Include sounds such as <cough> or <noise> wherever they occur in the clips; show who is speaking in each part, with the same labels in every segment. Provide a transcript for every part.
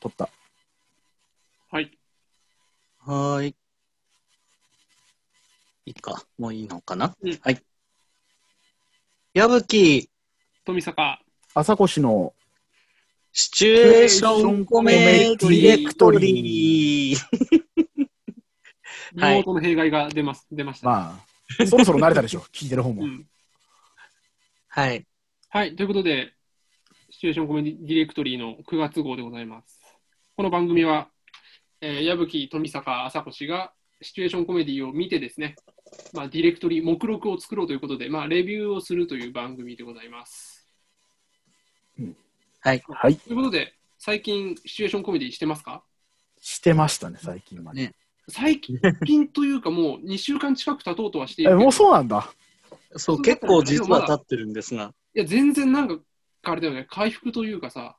Speaker 1: 撮った。
Speaker 2: はい。
Speaker 3: はーい。いいか。もういいのかな、
Speaker 2: うん
Speaker 3: はい。矢吹、
Speaker 2: 富坂。
Speaker 1: 朝越の、
Speaker 3: シチュエーションコメディレクトリー。はい
Speaker 2: 妹の弊害が出ます、出ました。
Speaker 1: まあ、そろそろ慣れたでしょ、聞いてる方
Speaker 2: う
Speaker 1: も。
Speaker 2: ん。
Speaker 3: はい。
Speaker 2: はい。ということで、シチュエーションコメディディレクトリーの9月号でございます。この番組は、えー矢吹、富坂、朝越がシチュエーションコメディを見てですね、まあ、ディレクトリー、目録を作ろうということで、まあ、レビューをするという番組でございます。
Speaker 1: はい。
Speaker 2: ということで、最近、シチュエーションコメディしてますか
Speaker 1: してましたね、最近まで。
Speaker 3: ね
Speaker 2: 最近というか、もう2週間近く経とうとはしている
Speaker 1: え、
Speaker 2: けど
Speaker 1: もうそうなんだ。
Speaker 3: そう、結構実は立ってるんですが。
Speaker 2: いや、全然なんか、あれだよね、回復というか
Speaker 1: <laughs>
Speaker 2: さ、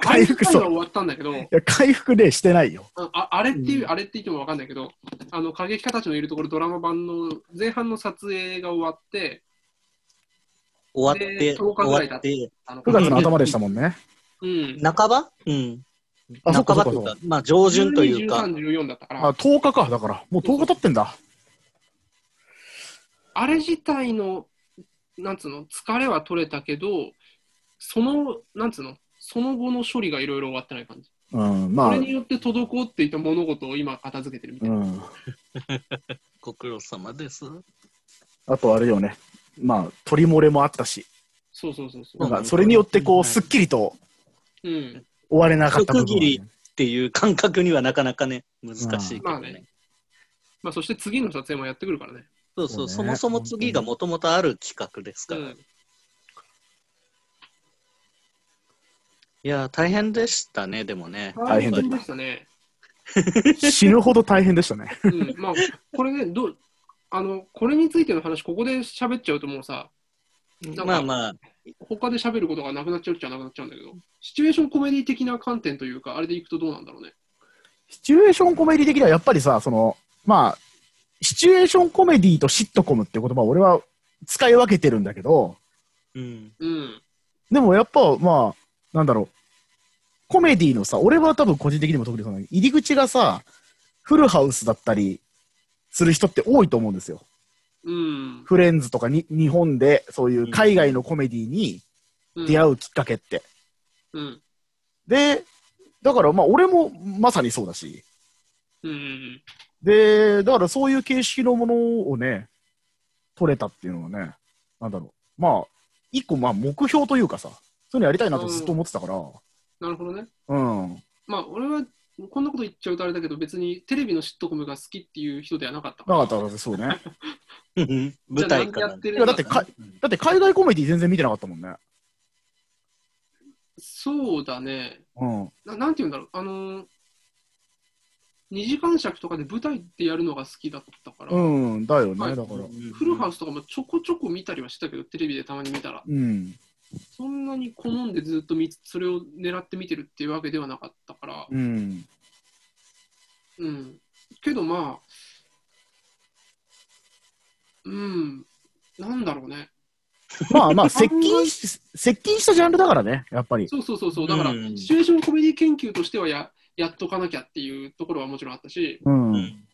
Speaker 1: 回復
Speaker 2: 回
Speaker 1: そ
Speaker 2: は
Speaker 1: う。
Speaker 2: 終わったんだけど、
Speaker 1: いや、回復でしてないよ。
Speaker 2: あああれっていう、
Speaker 3: うん
Speaker 2: あれって言ってもわかんないけど、あの、過激家たちのいるところ、ドラマ版の前半の撮影が終わって、
Speaker 3: 終わっ
Speaker 2: で
Speaker 3: て、
Speaker 2: 10日ぐらい
Speaker 3: 終
Speaker 2: 経
Speaker 3: わ
Speaker 2: っ
Speaker 3: ってて、
Speaker 2: あの
Speaker 1: 9月の頭でしたもんね。
Speaker 2: うん。
Speaker 3: 半ばうん。
Speaker 1: あ、そ
Speaker 3: 半
Speaker 1: っかそ
Speaker 3: ば
Speaker 1: っか
Speaker 3: とい
Speaker 1: そうっ
Speaker 3: か
Speaker 1: か。、
Speaker 3: まあ上旬というか
Speaker 2: 12、13、14だったから、
Speaker 1: あ、
Speaker 2: あ
Speaker 1: 10日か、だから。もう10日経ってんだ。
Speaker 2: れ自体の、なんつうの、疲れは取れたけど、その、なんつうの、その後の処理がいろいろ終わってない感じ。
Speaker 1: うん、ま
Speaker 2: そ
Speaker 1: あ
Speaker 2: れ、によって滞っていた物事を今片付けてるみ
Speaker 1: う
Speaker 2: たいな。
Speaker 1: ん。
Speaker 3: ご苦労様です。
Speaker 1: あとあれよね。まあ、取り漏れもあったし、
Speaker 2: そうそうそうそ
Speaker 1: な
Speaker 2: う。
Speaker 1: んか、それによってこ
Speaker 3: うん
Speaker 1: う、すっきりと
Speaker 2: うん。
Speaker 1: 終われなかった部分はね、
Speaker 3: 一区っていう感覚にはなかなかね、難しいけ
Speaker 2: まあ
Speaker 3: ど
Speaker 2: ね
Speaker 3: ね。
Speaker 2: まあ、そして次の撮影もやってくるからね。
Speaker 3: そうそう、
Speaker 1: そ
Speaker 3: そう
Speaker 1: ね
Speaker 3: もそも次がもともとある企画ですから。いやー、大変でしたね、でもね。
Speaker 2: うん
Speaker 1: 大変だった
Speaker 2: でしたね。
Speaker 1: 死ぬほど大変でしたね。
Speaker 2: うん、まあ、これね、どうあの、これについての話、ここで喋っちゃうともうさ、なんか
Speaker 3: まあまあ、
Speaker 2: 他で喋ることがなくなっちゃうっちゃなくなっちゃうんだけど、シチュエーションコメディ的な観点というか、あれでいくとどうなんだろうね。
Speaker 1: シチュエーションコメディ的にはやっぱりさ、その、まあ、シチュエーションコメディとシットコムっていう言葉を俺は使い分けてるんだけど、
Speaker 3: うん。
Speaker 2: うん。
Speaker 1: でもやっぱ、まあ、なんだろう。コメディのさ、俺は多分個人的にも特にその入り口がさ、フルハウスだったりする人って多いと思うんですよ。
Speaker 2: うん。
Speaker 1: フレンズとかに日本でそういう海外のコメディに
Speaker 2: うん
Speaker 1: 出会うきっかけって。
Speaker 2: うん。
Speaker 1: で、だからまあ俺もまさにそうだし。
Speaker 2: うん。
Speaker 1: で、だからそういう形式のものをね、取れたっていうのはね、なんだろう。まあ、一個まあ目標というかさ、そういうのやりたいなとずっと思ってたから、
Speaker 2: なるほどね。
Speaker 1: うん。
Speaker 2: まあ、俺は、こんなこと言っちゃうとあれだけど、別にテレビのシットコムが好きっていう人ではなかった。
Speaker 1: なかったらそうね。
Speaker 3: 舞台か
Speaker 2: じゃあ何や
Speaker 3: ら
Speaker 2: っ。て
Speaker 1: い
Speaker 2: る
Speaker 1: や、
Speaker 2: ん
Speaker 1: だ
Speaker 2: だ
Speaker 1: ってか、だって海外コメディ全然見てなかったもんね。
Speaker 2: そうだね。
Speaker 1: うん。
Speaker 2: ななんて言うんだろう、あのー、二時間尺とかで舞台ってやるのが好きだったから、
Speaker 1: うん、だよね、
Speaker 2: はい
Speaker 1: だから。
Speaker 2: フルハウスとかもちょこちょこ見たりはしてたけど、テレビでたまに見たら、
Speaker 1: うん。
Speaker 2: そんなに好んでずっと見それを狙って見てるっていうわけではなかったから、
Speaker 1: うん。
Speaker 2: うん。けどまあ、うん、なんだろうね。
Speaker 1: まあまあ、接近し、接近したジャンルだからね、やっぱり。
Speaker 2: そうそうそうそう、だから、
Speaker 3: うん
Speaker 2: シチュエーションコメディ研究としてはややっとかなきゃっていうところはもちろんあったし、
Speaker 1: うん。
Speaker 3: うん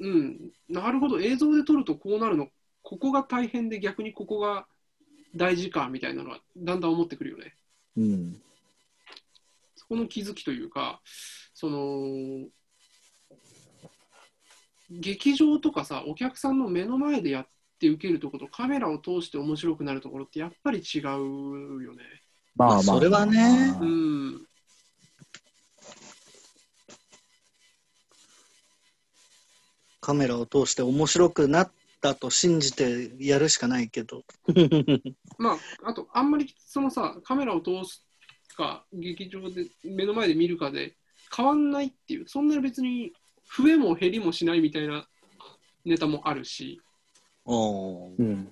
Speaker 2: うん、なるほど、映像で撮るとこうなるの、ここが大変で逆にここが大事かみたいなのはだんだん思ってくるよね。
Speaker 1: うん。
Speaker 2: そこの気づきというか、その、劇場とかさ、お客さんの目の前でやって受けるところとカメラを通して面白くなるところってやっぱり違うよね。
Speaker 1: まあまあ。
Speaker 3: それはね
Speaker 1: まあ
Speaker 2: うん。
Speaker 3: カメラを通して面白くなったと信じてやるしかないけど。
Speaker 2: まあ、あと、あんまりそのさ、カメラを通すか、劇場で目の前で見るかで変わんないっていう、そんな別に増えも減りもしないみたいなネタもあるし、
Speaker 3: おー
Speaker 1: うん。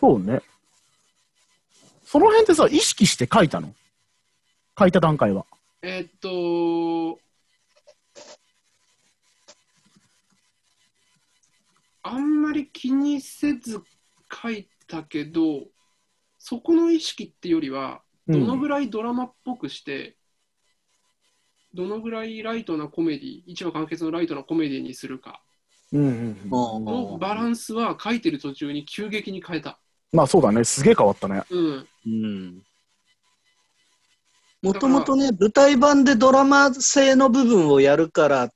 Speaker 1: そうね。その辺ってさ、意識して書いたの書いた段階は。
Speaker 2: えーっと、あんまり気にせず書いたけど、そこの意識ってよりは、
Speaker 1: う
Speaker 2: どの
Speaker 1: ん。
Speaker 2: ぐらいドラマっぽくして、どのぐらいライトなコメディ、一話完結のライトなコメディにするか
Speaker 1: うんうんうん
Speaker 2: のバランスは書いてる途中に急激に変えた。
Speaker 1: まあそうだね。すげえ変わったね。
Speaker 2: うん。
Speaker 3: もともとね、舞台版でドラマ性の部分をやるから、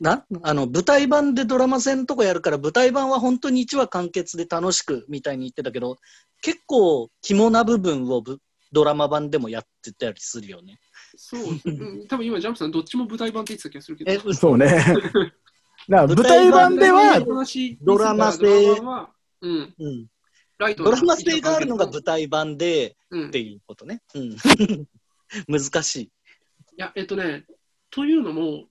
Speaker 3: なあの舞台版でドラマ性のとこやるから、舞台版は本当に1話完結で楽しくみたいに言ってたけど、結構肝な部分をぶドラマ版でもやってたりするよね。 <laughs>
Speaker 2: そう。うん、多分今、ジャンプさん、どっちも舞台版って言ってた気がするけど。
Speaker 3: え、嘘
Speaker 1: <laughs> そうね。だから舞台版では、
Speaker 2: ド
Speaker 3: ラマ性
Speaker 2: は、うん、
Speaker 3: うん、
Speaker 2: ライトな
Speaker 3: ドラマ性があるのが舞台版で
Speaker 2: うん、
Speaker 3: っていうことね。うん <laughs> 難しい。
Speaker 2: いや、えっとね、というのも、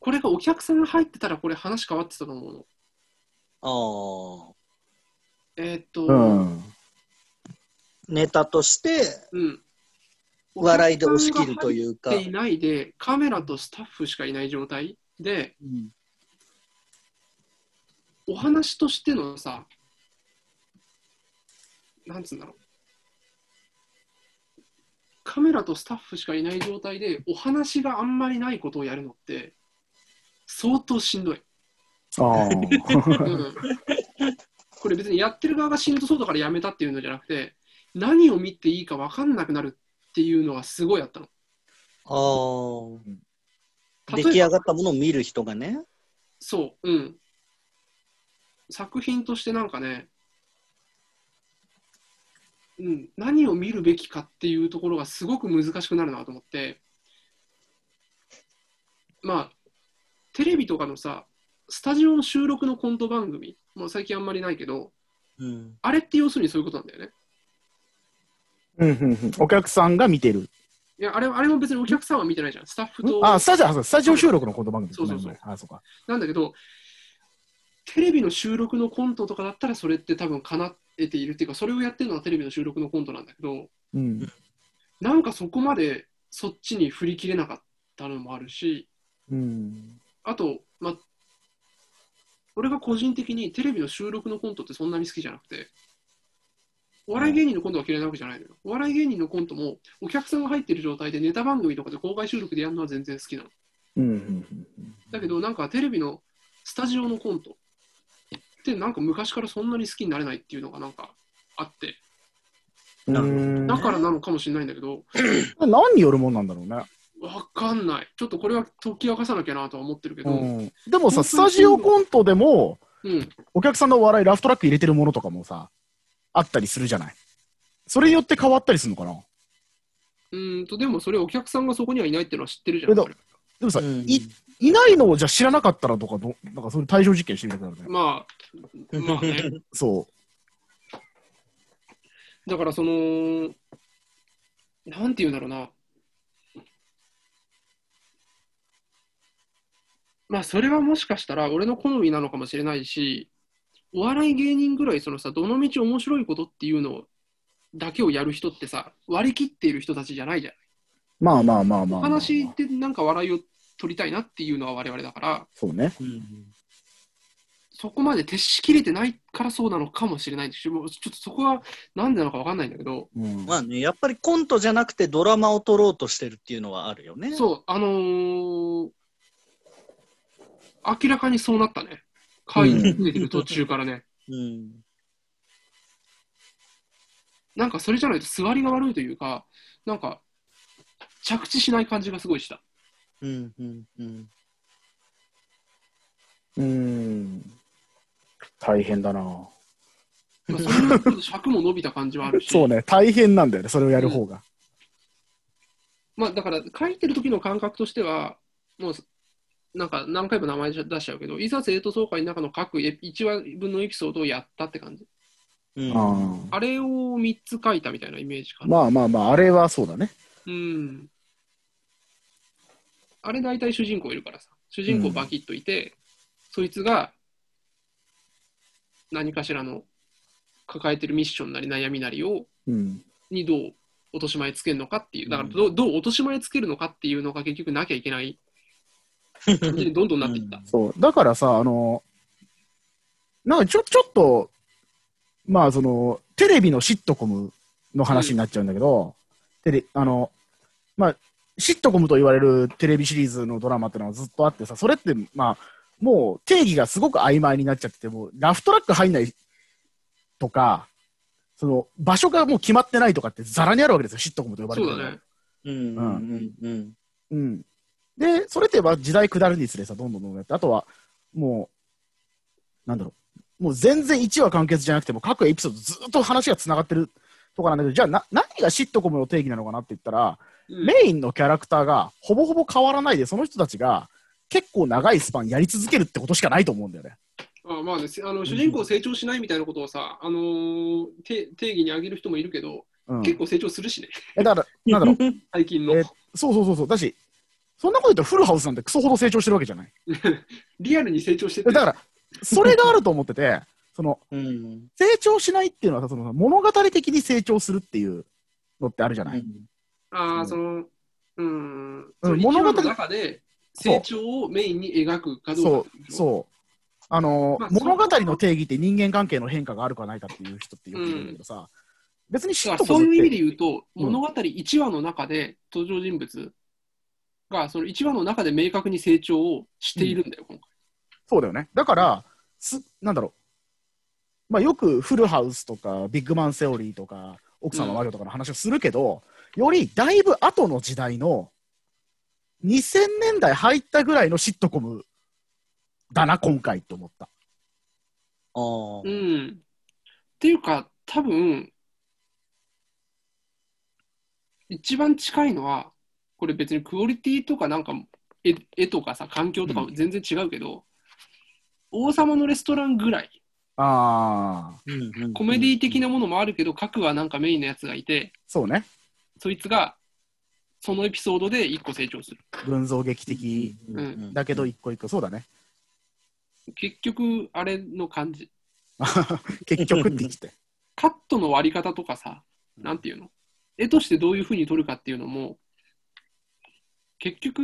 Speaker 2: これがお客さんが入ってたら、これ話変わってたと思うの。
Speaker 3: あー
Speaker 2: えっと、
Speaker 1: うん。
Speaker 3: ネタとして
Speaker 2: うん
Speaker 3: 笑いで押し切るという
Speaker 2: お
Speaker 3: か。
Speaker 2: 客さんが入っていないで、カメラとスタッフしかいない状態で、
Speaker 3: うん
Speaker 2: お話としてのさ、なんつうんだろう。カメラとスタッフしかいない状態で、お話があんまりないことをやるのって、相当しんどい。
Speaker 1: ああ。
Speaker 2: うん <laughs> これ別にやってる側がしんどそうだからやめたっていうのじゃなくて、何を見ていいか分かんなくなるっていうのがすごいあったの。
Speaker 3: あー
Speaker 2: 例
Speaker 3: 出
Speaker 2: えば
Speaker 3: 来上がったものを見る人がね。
Speaker 2: そう、うん。作品としてなんかね、うん、何を見るべきかっていうところがすごく難しくなるなと思って、まあ、テレビとかのさ、スタジオの収録のコント番組、もう最近あんまりないけど、
Speaker 3: うん、
Speaker 2: あれって要するにそういうことなんだよね。
Speaker 1: <laughs> うんうんうんお客さんが見てる。
Speaker 2: いや、あれあれも別にお客さんは見てないじゃん、スタッフと。
Speaker 1: あ、スタジオ、あそうスタジオ収録のコント番組
Speaker 2: そうそうそう
Speaker 1: あ、そうか。
Speaker 2: なんだけど、テレビの収録のコントとかだったら、それって多分叶えているっていうか、それをやってるのはテレビの収録のコントなんだけど、
Speaker 1: うん。
Speaker 2: なんかそこまでそっちに振り切れなかったのもあるし、
Speaker 1: うん。
Speaker 2: あと、まあ、俺が個人的にテレビの収録のコントってそんなに好きじゃなくて、お笑い芸人のコントが嫌いなわけじゃないのよ。お笑い芸人のコントも、お客さんが入ってる状態でネタ番組とかで公開収録でやるのは全然好きなの。
Speaker 1: うんうん
Speaker 2: だけど、なんかテレビのスタジオのコントって、なんか昔からそんなに好きになれないっていうのがなんかあって、
Speaker 1: うん
Speaker 3: なるほ
Speaker 1: うん
Speaker 2: だからなのかもしれないんだけど、
Speaker 1: 何によるもんなんだろうね。
Speaker 2: わかんない。ちょっとこれは解き明かさなきゃなとは思ってるけど、うん。
Speaker 1: でもさ、スタジオコントでも、お客さんの笑い、ラフトラック入れてるものとかもさ、あったりするじゃない。それによって変わったりするのかな
Speaker 2: うーんと、でもそれお客さんがそこにはいないっていうのは知ってるじゃん。
Speaker 1: けどでもさ、
Speaker 3: うん
Speaker 1: いいないのをじゃあ知らなかったらとかど、なんかそういう対象実験してみたくなるね。
Speaker 2: まあ、まあ
Speaker 3: <laughs>
Speaker 2: ね。
Speaker 1: そ
Speaker 2: だからその、なんて言うんだろうな。まあそれはもしかしたら俺の好みなのかもしれないし、お笑い芸人ぐらいそのさ、どの道面白いことっていうのだけをやる人ってさ、割り切っている人たちじゃないじゃん。
Speaker 1: う。まあまあまあまあまあ、
Speaker 2: お話でなんか笑いを取りたいなっていうのは我々だから、
Speaker 1: そうね。
Speaker 2: そこまで徹しきれてないからそうなのかもしれないし、もうちょっとそこは何なのか分かんないんだけど、
Speaker 1: うん。
Speaker 3: まあね、やっぱりコントじゃなくてドラマを撮ろうとしてるっていうのはあるよね。
Speaker 2: そう、あのー明らかにそうなったね。会議出てる途中からね。
Speaker 3: うん。
Speaker 2: なんかそれじゃないと座りが悪いというか、なんか着地しない感じがすごいした。
Speaker 3: うん。うん。うん。
Speaker 1: うん。大変だな
Speaker 2: まあ、それによって尺も伸びた感じはある
Speaker 1: <laughs>
Speaker 2: し、
Speaker 1: そうね、大変なんだよね、それをやる方が。
Speaker 2: まあだから書いてる時の感覚としては、もうなんか何回も名前出しちゃうけど、いざ生徒総会の中の各エ1話分のエピソードをやったって感じ。
Speaker 3: うん
Speaker 1: あ
Speaker 2: あれを3つ書いたみたいなイメージか
Speaker 1: あ
Speaker 2: な。
Speaker 1: まあまあまあ、あれはそうだね。
Speaker 2: うん。あれ大体主人公いるからさ。主人公バキッといて、そいつが何かしらの抱えてるミッションなり悩みなりを、
Speaker 1: うん。
Speaker 2: にどう落とし前つけるのかっていう、だからど,、うどう落とし前つけるのかっていうのが結局なきゃい
Speaker 1: <laughs>
Speaker 2: けない感じにどんどんなっていった。
Speaker 1: そう。だからさ、あの、なんかちょ、ちょっと、まあその、テレビのシットコムの話になっちゃうんだけど、テレあの、まあ、シットコムと言われるテレビシリーズのドラマってのはずっとあってさ、それって、まあ、もう定義がすごく曖昧になっちゃってて、もうラフトラック入んないとか、その場所がもう決まってないとかってざらにあるわけですよ、シットコムと呼ばれ
Speaker 2: そ
Speaker 1: る
Speaker 2: う
Speaker 1: もの
Speaker 2: だね。
Speaker 3: うんうんうん
Speaker 1: うん。で、それってば時代下るにつれさ、どんどんどんどんやって、あとは、もう、なんだろう、もう全然1話完結じゃなくても、各エピソードずっと話がつながってるとかなんだけど、じゃあな、何がシットコムの定義なのかなって言ったら、
Speaker 2: うん
Speaker 1: メインのキャラクターがほぼほぼ変わらないで、その人たちが結構長いスパンやり続けるってことしかないと思うんだよね。
Speaker 2: あまあね、せあの主人公成長しないみたいなことをさ、あのーて定義に挙げる人もいるけど、
Speaker 1: うん、
Speaker 2: 結構成長するしね、
Speaker 1: えだから、なんだ
Speaker 3: <laughs>
Speaker 1: ろう、
Speaker 2: 最近の
Speaker 1: え。そうそうそうそう、だし、そんなこと言うとフルハウスなんてクソほど成長してるわけじゃない。
Speaker 2: リアルに成長して
Speaker 1: え
Speaker 2: て、
Speaker 1: だから、それがあると思ってて、その、
Speaker 3: うんうん
Speaker 1: 成長しないっていうのはさその物語的に成長するっていうのってあるじゃない、
Speaker 2: あーその、うん、
Speaker 1: うん
Speaker 2: 物
Speaker 1: 物語
Speaker 2: 語の中で成長をメインに描くかど
Speaker 1: そう
Speaker 2: か
Speaker 1: うそうあのー
Speaker 2: まあ
Speaker 1: 物語の定義って人間関係の変化があるかないかっていう人ってよく言うんだけどさ、別に
Speaker 2: だ
Speaker 1: 嫉
Speaker 2: か
Speaker 1: 妬
Speaker 2: らそういう意味で
Speaker 1: う
Speaker 2: 言うと、
Speaker 1: うん
Speaker 2: 物語1話の中で登場人物が、その1話の中で明確に成長をしているんだよ、今
Speaker 1: そうだよねだからすなんだろう、まあ、よくフルハウスとかビッグマンセオリーとか奥様マリオとかの話をするけど、よりだいぶ後の時代の2000年代入ったぐらいのシットコムだな今回と思った。
Speaker 3: あー
Speaker 2: 回。うん。っていうか、多分、一番近いのは、これ別にクオリティとかなんか絵絵とかさ、環境とかも全然違うけど、王様のレストランぐらい、
Speaker 1: ああ
Speaker 3: うんうん
Speaker 2: コメディ的なものもあるけど、各はなんかメインのやつがいて、
Speaker 1: そうね、
Speaker 2: そいつがそのエピソードで1個成長する。
Speaker 1: 群像劇的
Speaker 3: うんうん
Speaker 1: だけど、一個一個、そうだね、
Speaker 2: 結局、あれの感じ。
Speaker 1: 結局って言って、
Speaker 2: カットの割り方とかさ、なんていうの絵としてどういうふうに撮るかっていうのも、結局、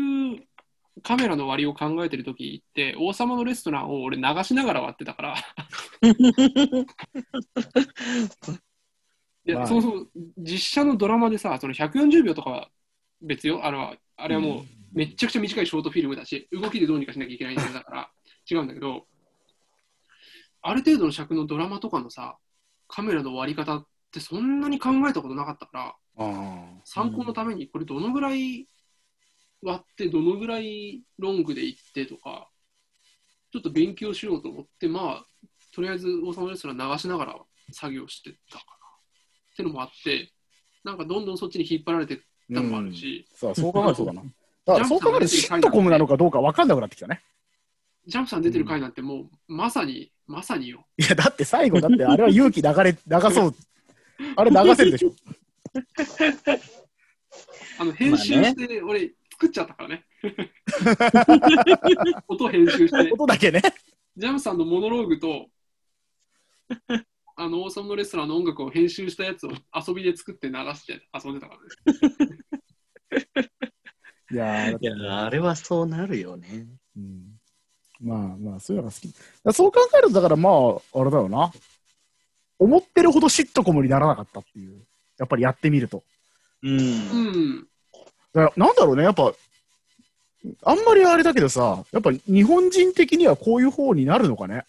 Speaker 2: カメラの割りを考えてるときって、王様のレストランを俺流しながら割ってたから、いや、
Speaker 1: まあ
Speaker 2: そもそも実写のドラマでさ、その140秒とかは別よ。あれは、あれはもうめっちゃくちゃ短いショートフィルムだし、動きでどうにかしなきゃいけないんだから、違うんだけど、ある程度の尺のドラマとかのさ、カメラの割り方ってそんなに考えたことなかったから、参考のためにこれどのぐらい割って、どのぐらいロングで行ってとか、ちょっと勉強しようと思って、まあ、とりあえず王様のレストラン流しながら作業してたかなってのもあって、なんかどんどんそっちに引っ張られてったのもあるし、
Speaker 1: そうそう考えるとそうだ <laughs> な、だからそう考えると、シットコムなのかどうか分かんなくなってきたね。
Speaker 2: ジャンプさん出てる回なんてもう、まさに、まさによ。
Speaker 1: いや、だって最後、だってあれは勇気流 <laughs> れ流そう、あれ流せるでし <laughs> ょ、
Speaker 2: あの、編集して、俺、作っちゃったからね。音編集して、
Speaker 1: 音だけね。
Speaker 2: ジャムさんのモノローグと、あの、オーサムのレストランの音楽を編集したやつを遊びで作って流して遊んでたからね。
Speaker 1: いやーだっ
Speaker 3: い
Speaker 1: て
Speaker 3: やあれはそうなるよね。
Speaker 1: うんまあまあ、そういうのが好き。だからそう考えると、だからまあ、あれだよな、思ってるほどシットコムにならなかったっていう、やっぱりやってみると。
Speaker 3: うん
Speaker 2: うん。
Speaker 1: だからなんだろうね、やっぱ、あんまりあれだけどさ、やっぱ日本人的にはこういう方になるのかね。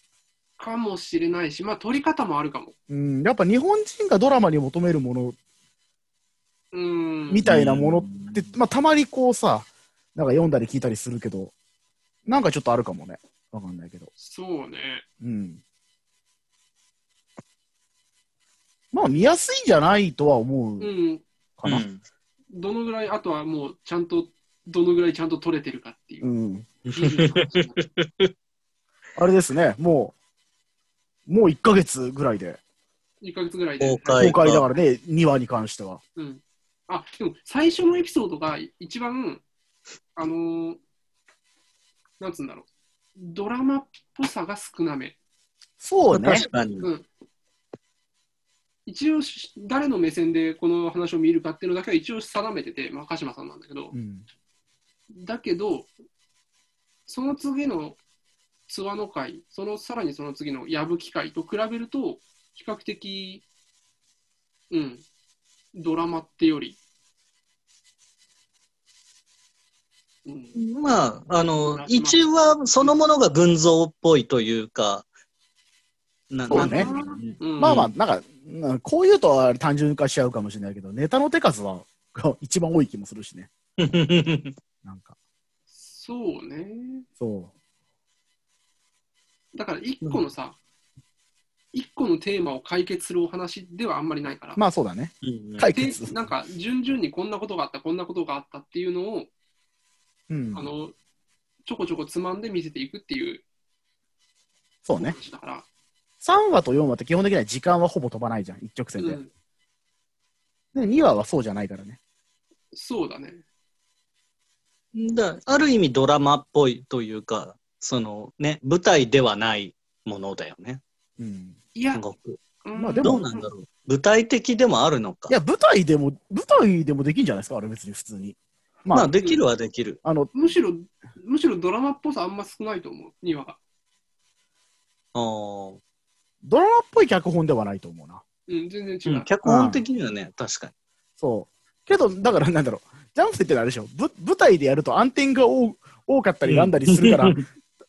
Speaker 2: かもしれないし、まあ、撮り方もあるかも。
Speaker 1: うん、やっぱ日本人がドラマに求めるもの
Speaker 2: うん。
Speaker 1: みたいなものって、まあたまにこうさ、なんか読んだり聞いたりするけど、なんかちょっとあるかもね。わかんないけど。
Speaker 2: そうね。
Speaker 1: うん。まあ見やすいんじゃないとは思う
Speaker 2: うん。
Speaker 1: かな。
Speaker 3: うん
Speaker 2: どのぐらい、あとはもう、ちゃんと、どのぐらいちゃんと撮れてるかっていうう。
Speaker 1: ん。あれですね、もう、もう1ヶ月ぐらいで、
Speaker 2: 2ヶ月ぐらいで。
Speaker 3: 公
Speaker 1: 公
Speaker 3: 開
Speaker 1: 開だからね、2話に関しては。
Speaker 2: うん、あでも最初のエピソードが一番、あのーなんつうんだろう、ドラマっぽさが少なめ。
Speaker 1: そうね。
Speaker 3: 確かに。
Speaker 2: うん、一応し、誰の目線でこの話を見るかっていうのだけは一応定めてて、まあ、鹿島さんなんだけど、
Speaker 1: うん。
Speaker 2: だけど、その次の諏訪の会、そのさらにその次の矢吹会と比べると、比較的うん。ドラマってより。うん。
Speaker 3: まあ、あの、一話そのものが群像っぽいというか、な
Speaker 1: そう
Speaker 3: な <laughs>
Speaker 1: ね
Speaker 3: んか
Speaker 2: うん
Speaker 1: まあまあ、なんか、なこういうとは単純化しちゃうかもしれないけど、ネタの手数は一番多い気もするしね。なんか、
Speaker 2: そうね。
Speaker 1: そ
Speaker 2: だから一個のさ、一、個のテーマを解決するお話ではあんまりないから。
Speaker 1: う。まあそうだね。
Speaker 3: は
Speaker 1: 解
Speaker 3: い
Speaker 2: で
Speaker 1: 決。
Speaker 2: なんか順々にこんなことがあった、こんなことがあったっていうのを、
Speaker 1: うん
Speaker 2: あ。のちょこちょこつまんで見せていくっていう
Speaker 1: そうね。
Speaker 2: 話だから、
Speaker 1: 3話と4話って基本的には時間はほぼ飛ばないじゃん。一直線
Speaker 2: う
Speaker 1: で。
Speaker 2: ん、
Speaker 1: で、2話はそうじゃないからね。
Speaker 2: そうだね。
Speaker 3: だある意味ドラマっぽいというか、そのね、舞台ではないものだよね。
Speaker 1: うん。
Speaker 2: いや
Speaker 3: す、ごく
Speaker 2: うん
Speaker 1: まあでも
Speaker 3: どうなんだろう。舞台的でもあるのか
Speaker 1: い。や、舞台でも、舞台でもできんじゃないですか、あれ別に普通に。まあ、
Speaker 3: まあ、できるはできる。
Speaker 1: あの、
Speaker 2: むしろ、むしろドラマっぽさあんま少ないと思う、2話が。
Speaker 3: あー
Speaker 1: ドラマっぽい脚本ではないと思うな。
Speaker 2: うん、全然違
Speaker 3: うん
Speaker 2: う。
Speaker 3: 脚本的にはね、確かに。
Speaker 1: そう。けど、だからなんだろう。ジャンプってのはあれでしょ。ぶ舞台でやると暗転が多多かったりなんだりするから、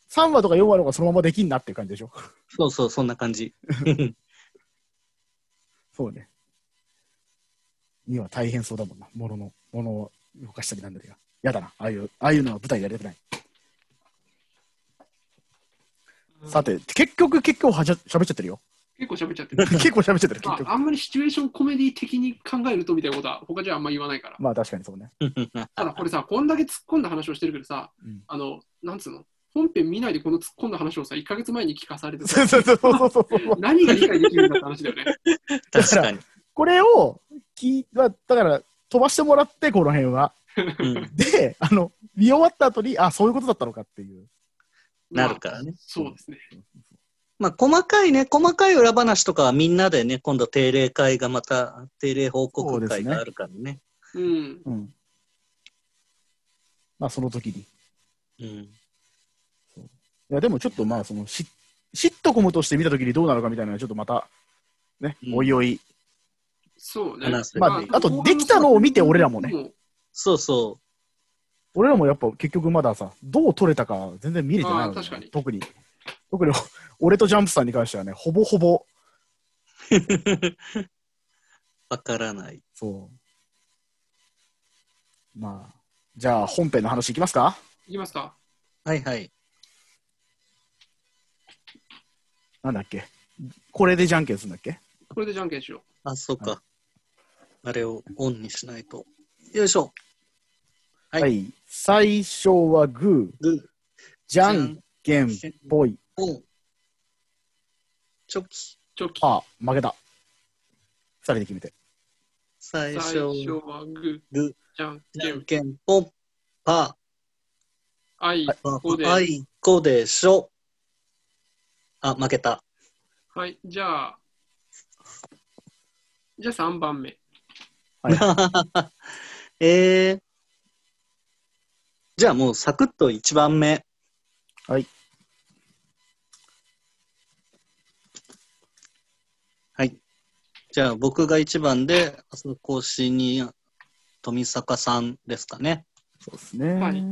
Speaker 1: 3話とか4話とかそのままできんなっていう感じでしょ。
Speaker 3: そうそう、そんな感じ。
Speaker 1: そうね。には大変そうだもんな。ものの、ものを動かしたりなんだりが。やだな。ああいう、ああいうのは舞台でやりたくない。
Speaker 2: うん
Speaker 1: さ、て、結局、結構はしゃ喋っちゃってるよ。
Speaker 2: 結構喋っちゃってる。
Speaker 1: 結構喋っちゃって <laughs> る、結
Speaker 2: ま
Speaker 1: 局。
Speaker 2: あ、あんまりシチュエーションコメディ的に考えるとみたいなことは他じゃあんま言わないから。
Speaker 1: まあ確かにそうね。
Speaker 3: <laughs>
Speaker 2: ただこれさ、こんだけ突っ込んだ話をしてるけどさ、
Speaker 1: うん
Speaker 2: あの、なんつうの本編見ないでこの突っ込んだ話をさ、1ヶ月前に聞かされて
Speaker 1: そ
Speaker 2: さ
Speaker 1: う、そうそうそうそう。
Speaker 2: 何が理解できるんだって話だよね。
Speaker 3: 確かに。
Speaker 1: これを聞いだから飛ばしてもらって、この辺は。
Speaker 3: うん
Speaker 1: で、あの、見終わった後に、あ、そういうことだったのかっていう。
Speaker 3: <laughs> なるからね
Speaker 2: まあそうですね。
Speaker 3: まあ、細かいね、細かい裏話とかはみんなでね、今度定例会がまた、定例報告会があるからね。
Speaker 2: うん。
Speaker 1: うん。まあ、その時に。い
Speaker 3: うん
Speaker 1: や、でもちょっとまあ、そのシ、シットコムとして見た時にどうなるかみたいなのはちょっとまた、ね、
Speaker 3: うん
Speaker 1: おいおい。
Speaker 2: そうね。
Speaker 3: 話せ
Speaker 1: ま
Speaker 3: ば
Speaker 1: ああとできたのを見て俺らもね
Speaker 2: うん
Speaker 3: そうそ
Speaker 1: 俺らもやっぱ結局まださ、どう撮れたか全然見れてないわけ
Speaker 2: あー確かに
Speaker 1: 特に。特に、 <laughs> 俺とジャンプさんに関してはね、ほぼほぼ、
Speaker 3: う。わからない。
Speaker 1: そう。まあ、じゃあ本編の話いきますか
Speaker 2: いきますか。
Speaker 3: はいはい。
Speaker 1: なんだっけこれでじゃんけんするんだっけ
Speaker 2: これでじゃんけんしよ
Speaker 3: あ、そうか。あれをオンにしないと。よいしょ。は
Speaker 1: はいい、最初はグー、
Speaker 3: グー
Speaker 1: じゃんけんぽい。
Speaker 3: おうチョキ。
Speaker 2: う。チョキ。
Speaker 1: あ、負けた。二人で決めて。
Speaker 3: 最
Speaker 2: 最
Speaker 3: 初、
Speaker 2: 初はグ
Speaker 3: グー
Speaker 2: ー、じゃん
Speaker 3: じ
Speaker 2: け
Speaker 3: ゃん
Speaker 2: ん、
Speaker 3: けんぽん、パ
Speaker 2: あい、
Speaker 3: ー、
Speaker 2: こうで。
Speaker 3: あいこでしょ。あ、負けた。
Speaker 2: はい、じゃあ、じゃあ3番目。
Speaker 1: はい
Speaker 3: えー、じゃあもうサクッと1番目。
Speaker 1: はい。
Speaker 3: はい。じゃあ僕が1番で、あそこしに富坂さんですかね。
Speaker 1: そうですね。
Speaker 2: はい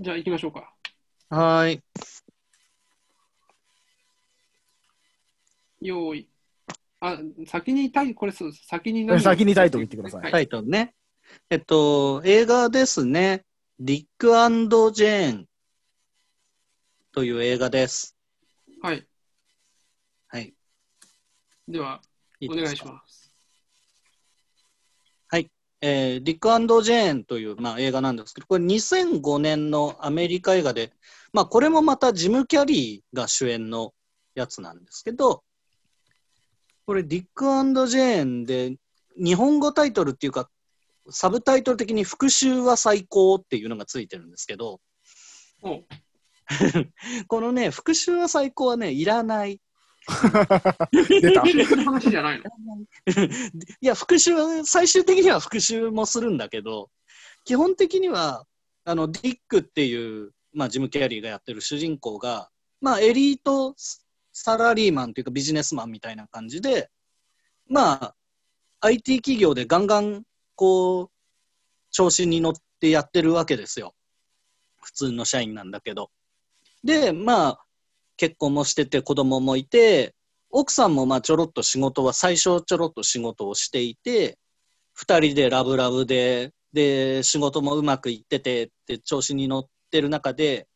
Speaker 2: じゃあ行きましょうか。
Speaker 3: はーい。
Speaker 2: 用意。あ、先にタイこれそうです。先に何を
Speaker 1: 先にタイトル言ってください
Speaker 3: タイトルね。えっと、映画ですね。ディックジェーンという映画です。
Speaker 2: はい。
Speaker 3: はい。
Speaker 2: では、
Speaker 3: い
Speaker 2: お願いします。
Speaker 3: えー、リックジェーンという、まあ、映画なんですけど、これ2005年のアメリカ映画で、まあ、これもまたジム・キャリーが主演のやつなんですけど、これ、リックジェーンで、日本語タイトルっていうか、サブタイトル的に復讐は最高っていうのがついてるんですけど、
Speaker 2: おう
Speaker 3: このね、復讐は最高はね、いらない。い
Speaker 1: 出た。
Speaker 2: 復讐の話じゃないの。
Speaker 3: や、復讐は、最終的には復讐もするんだけど、基本的には、あの、ディックっていう、まあ、ジム・キャリーがやってる主人公が、まあ、エリートサラリーマンというかビジネスマンみたいな感じで、まあ、IT 企業でガンガン、こう、調子に乗ってやってるわけですよ。普通の社員なんだけど。で、まあ、結婚もしてて子供もいて、奥さんもまあちょろっと仕事は、最初ちょろっと仕事をしていて、二人でラブラブで、で、仕事もうまくいっててって調子に乗ってる中で、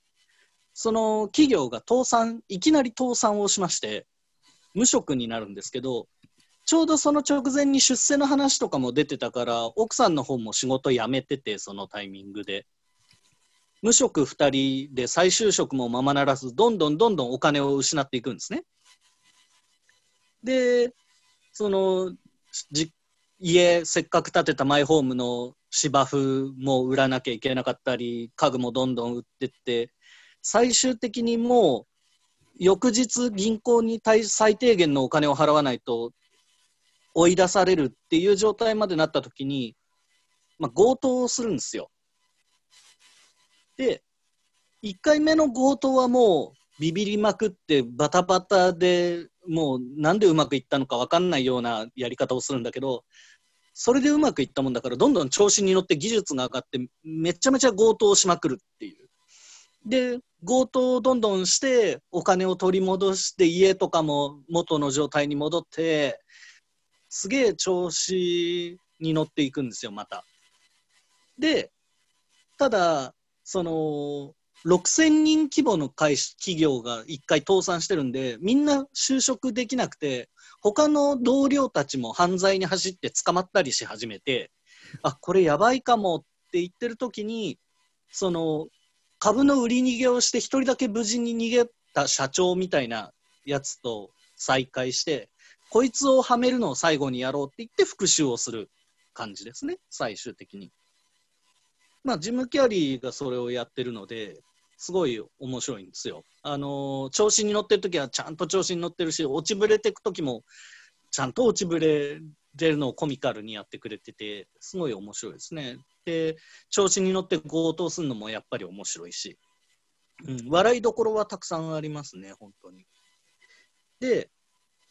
Speaker 3: その企業が倒産、いきなり倒産をしまして、無職になるんですけど、ちょうどその直前に出世の話とかも出てたから、奥さんの方も仕事辞めてて、そのタイミングで。無職2人で再就職もままならず、どんどんどんどんお金を失っていくんですね。で、その、じ家、せっかく建てたマイホームの芝生も売らなきゃいけなかったり、家具もどんどん売ってって、最終的にもう翌日銀行に対最低限のお金を払わないと追い出されるっていう状態までなった時に、まあ、強盗をするんですよ。で1回目の強盗はもうビビりまくってバタバタでもうなんでうまくいったのか分かんないようなやり方をするんだけどそれでうまくいったもんだからどんどん調子に乗って技術が上がってめちゃめちゃ強盗をしまくるっていう。で強盗をどんどんしてお金を取り戻して家とかも元の状態に戻ってすげえ調子に乗っていくんですよまた。でただその6000人規模の会社企業が1回倒産してるんでみんな就職できなくて他の同僚たちも犯罪に走って捕まったりし始めてあこれやばいかもって言ってる時にその株の売り逃げをして一人だけ無事に逃げた社長みたいなやつと再会してこいつをはめるのを最後にやろうって言って復讐をする感じですね最終的にまあジム・キャリーがそれをやってるのですごい面白いんですよあのー調子に乗ってる時はちゃんと調子に乗ってるし落ちぶれてく時もちゃんと落ちぶれてるのをコミカルにやってくれててすごい面白いですねで調子に乗って強盗するのもやっぱり面白いし、うん、笑いどころはたくさんありますね、本当に。で、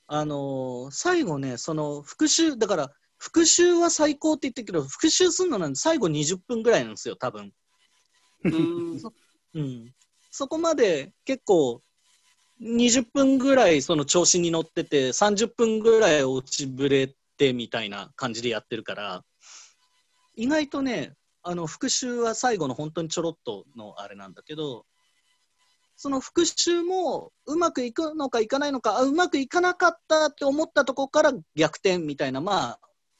Speaker 3: あのー最後ね、その復習、だから復習は最高って言ってるけど、復習するのなんて最後20分ぐらいなんですよ、多分。
Speaker 2: うん
Speaker 3: うん。そこまで結構、20分ぐらいその調子に乗ってて、30分ぐらい落ちぶれてみたいな感じでやってるから、意外とね、あの復習は最後の本当にちょろっとのあれなんだけど、その復習もうまくいくのかいかないのか、あうまくいかなかったって思ったとこから逆転みたいな、まあ、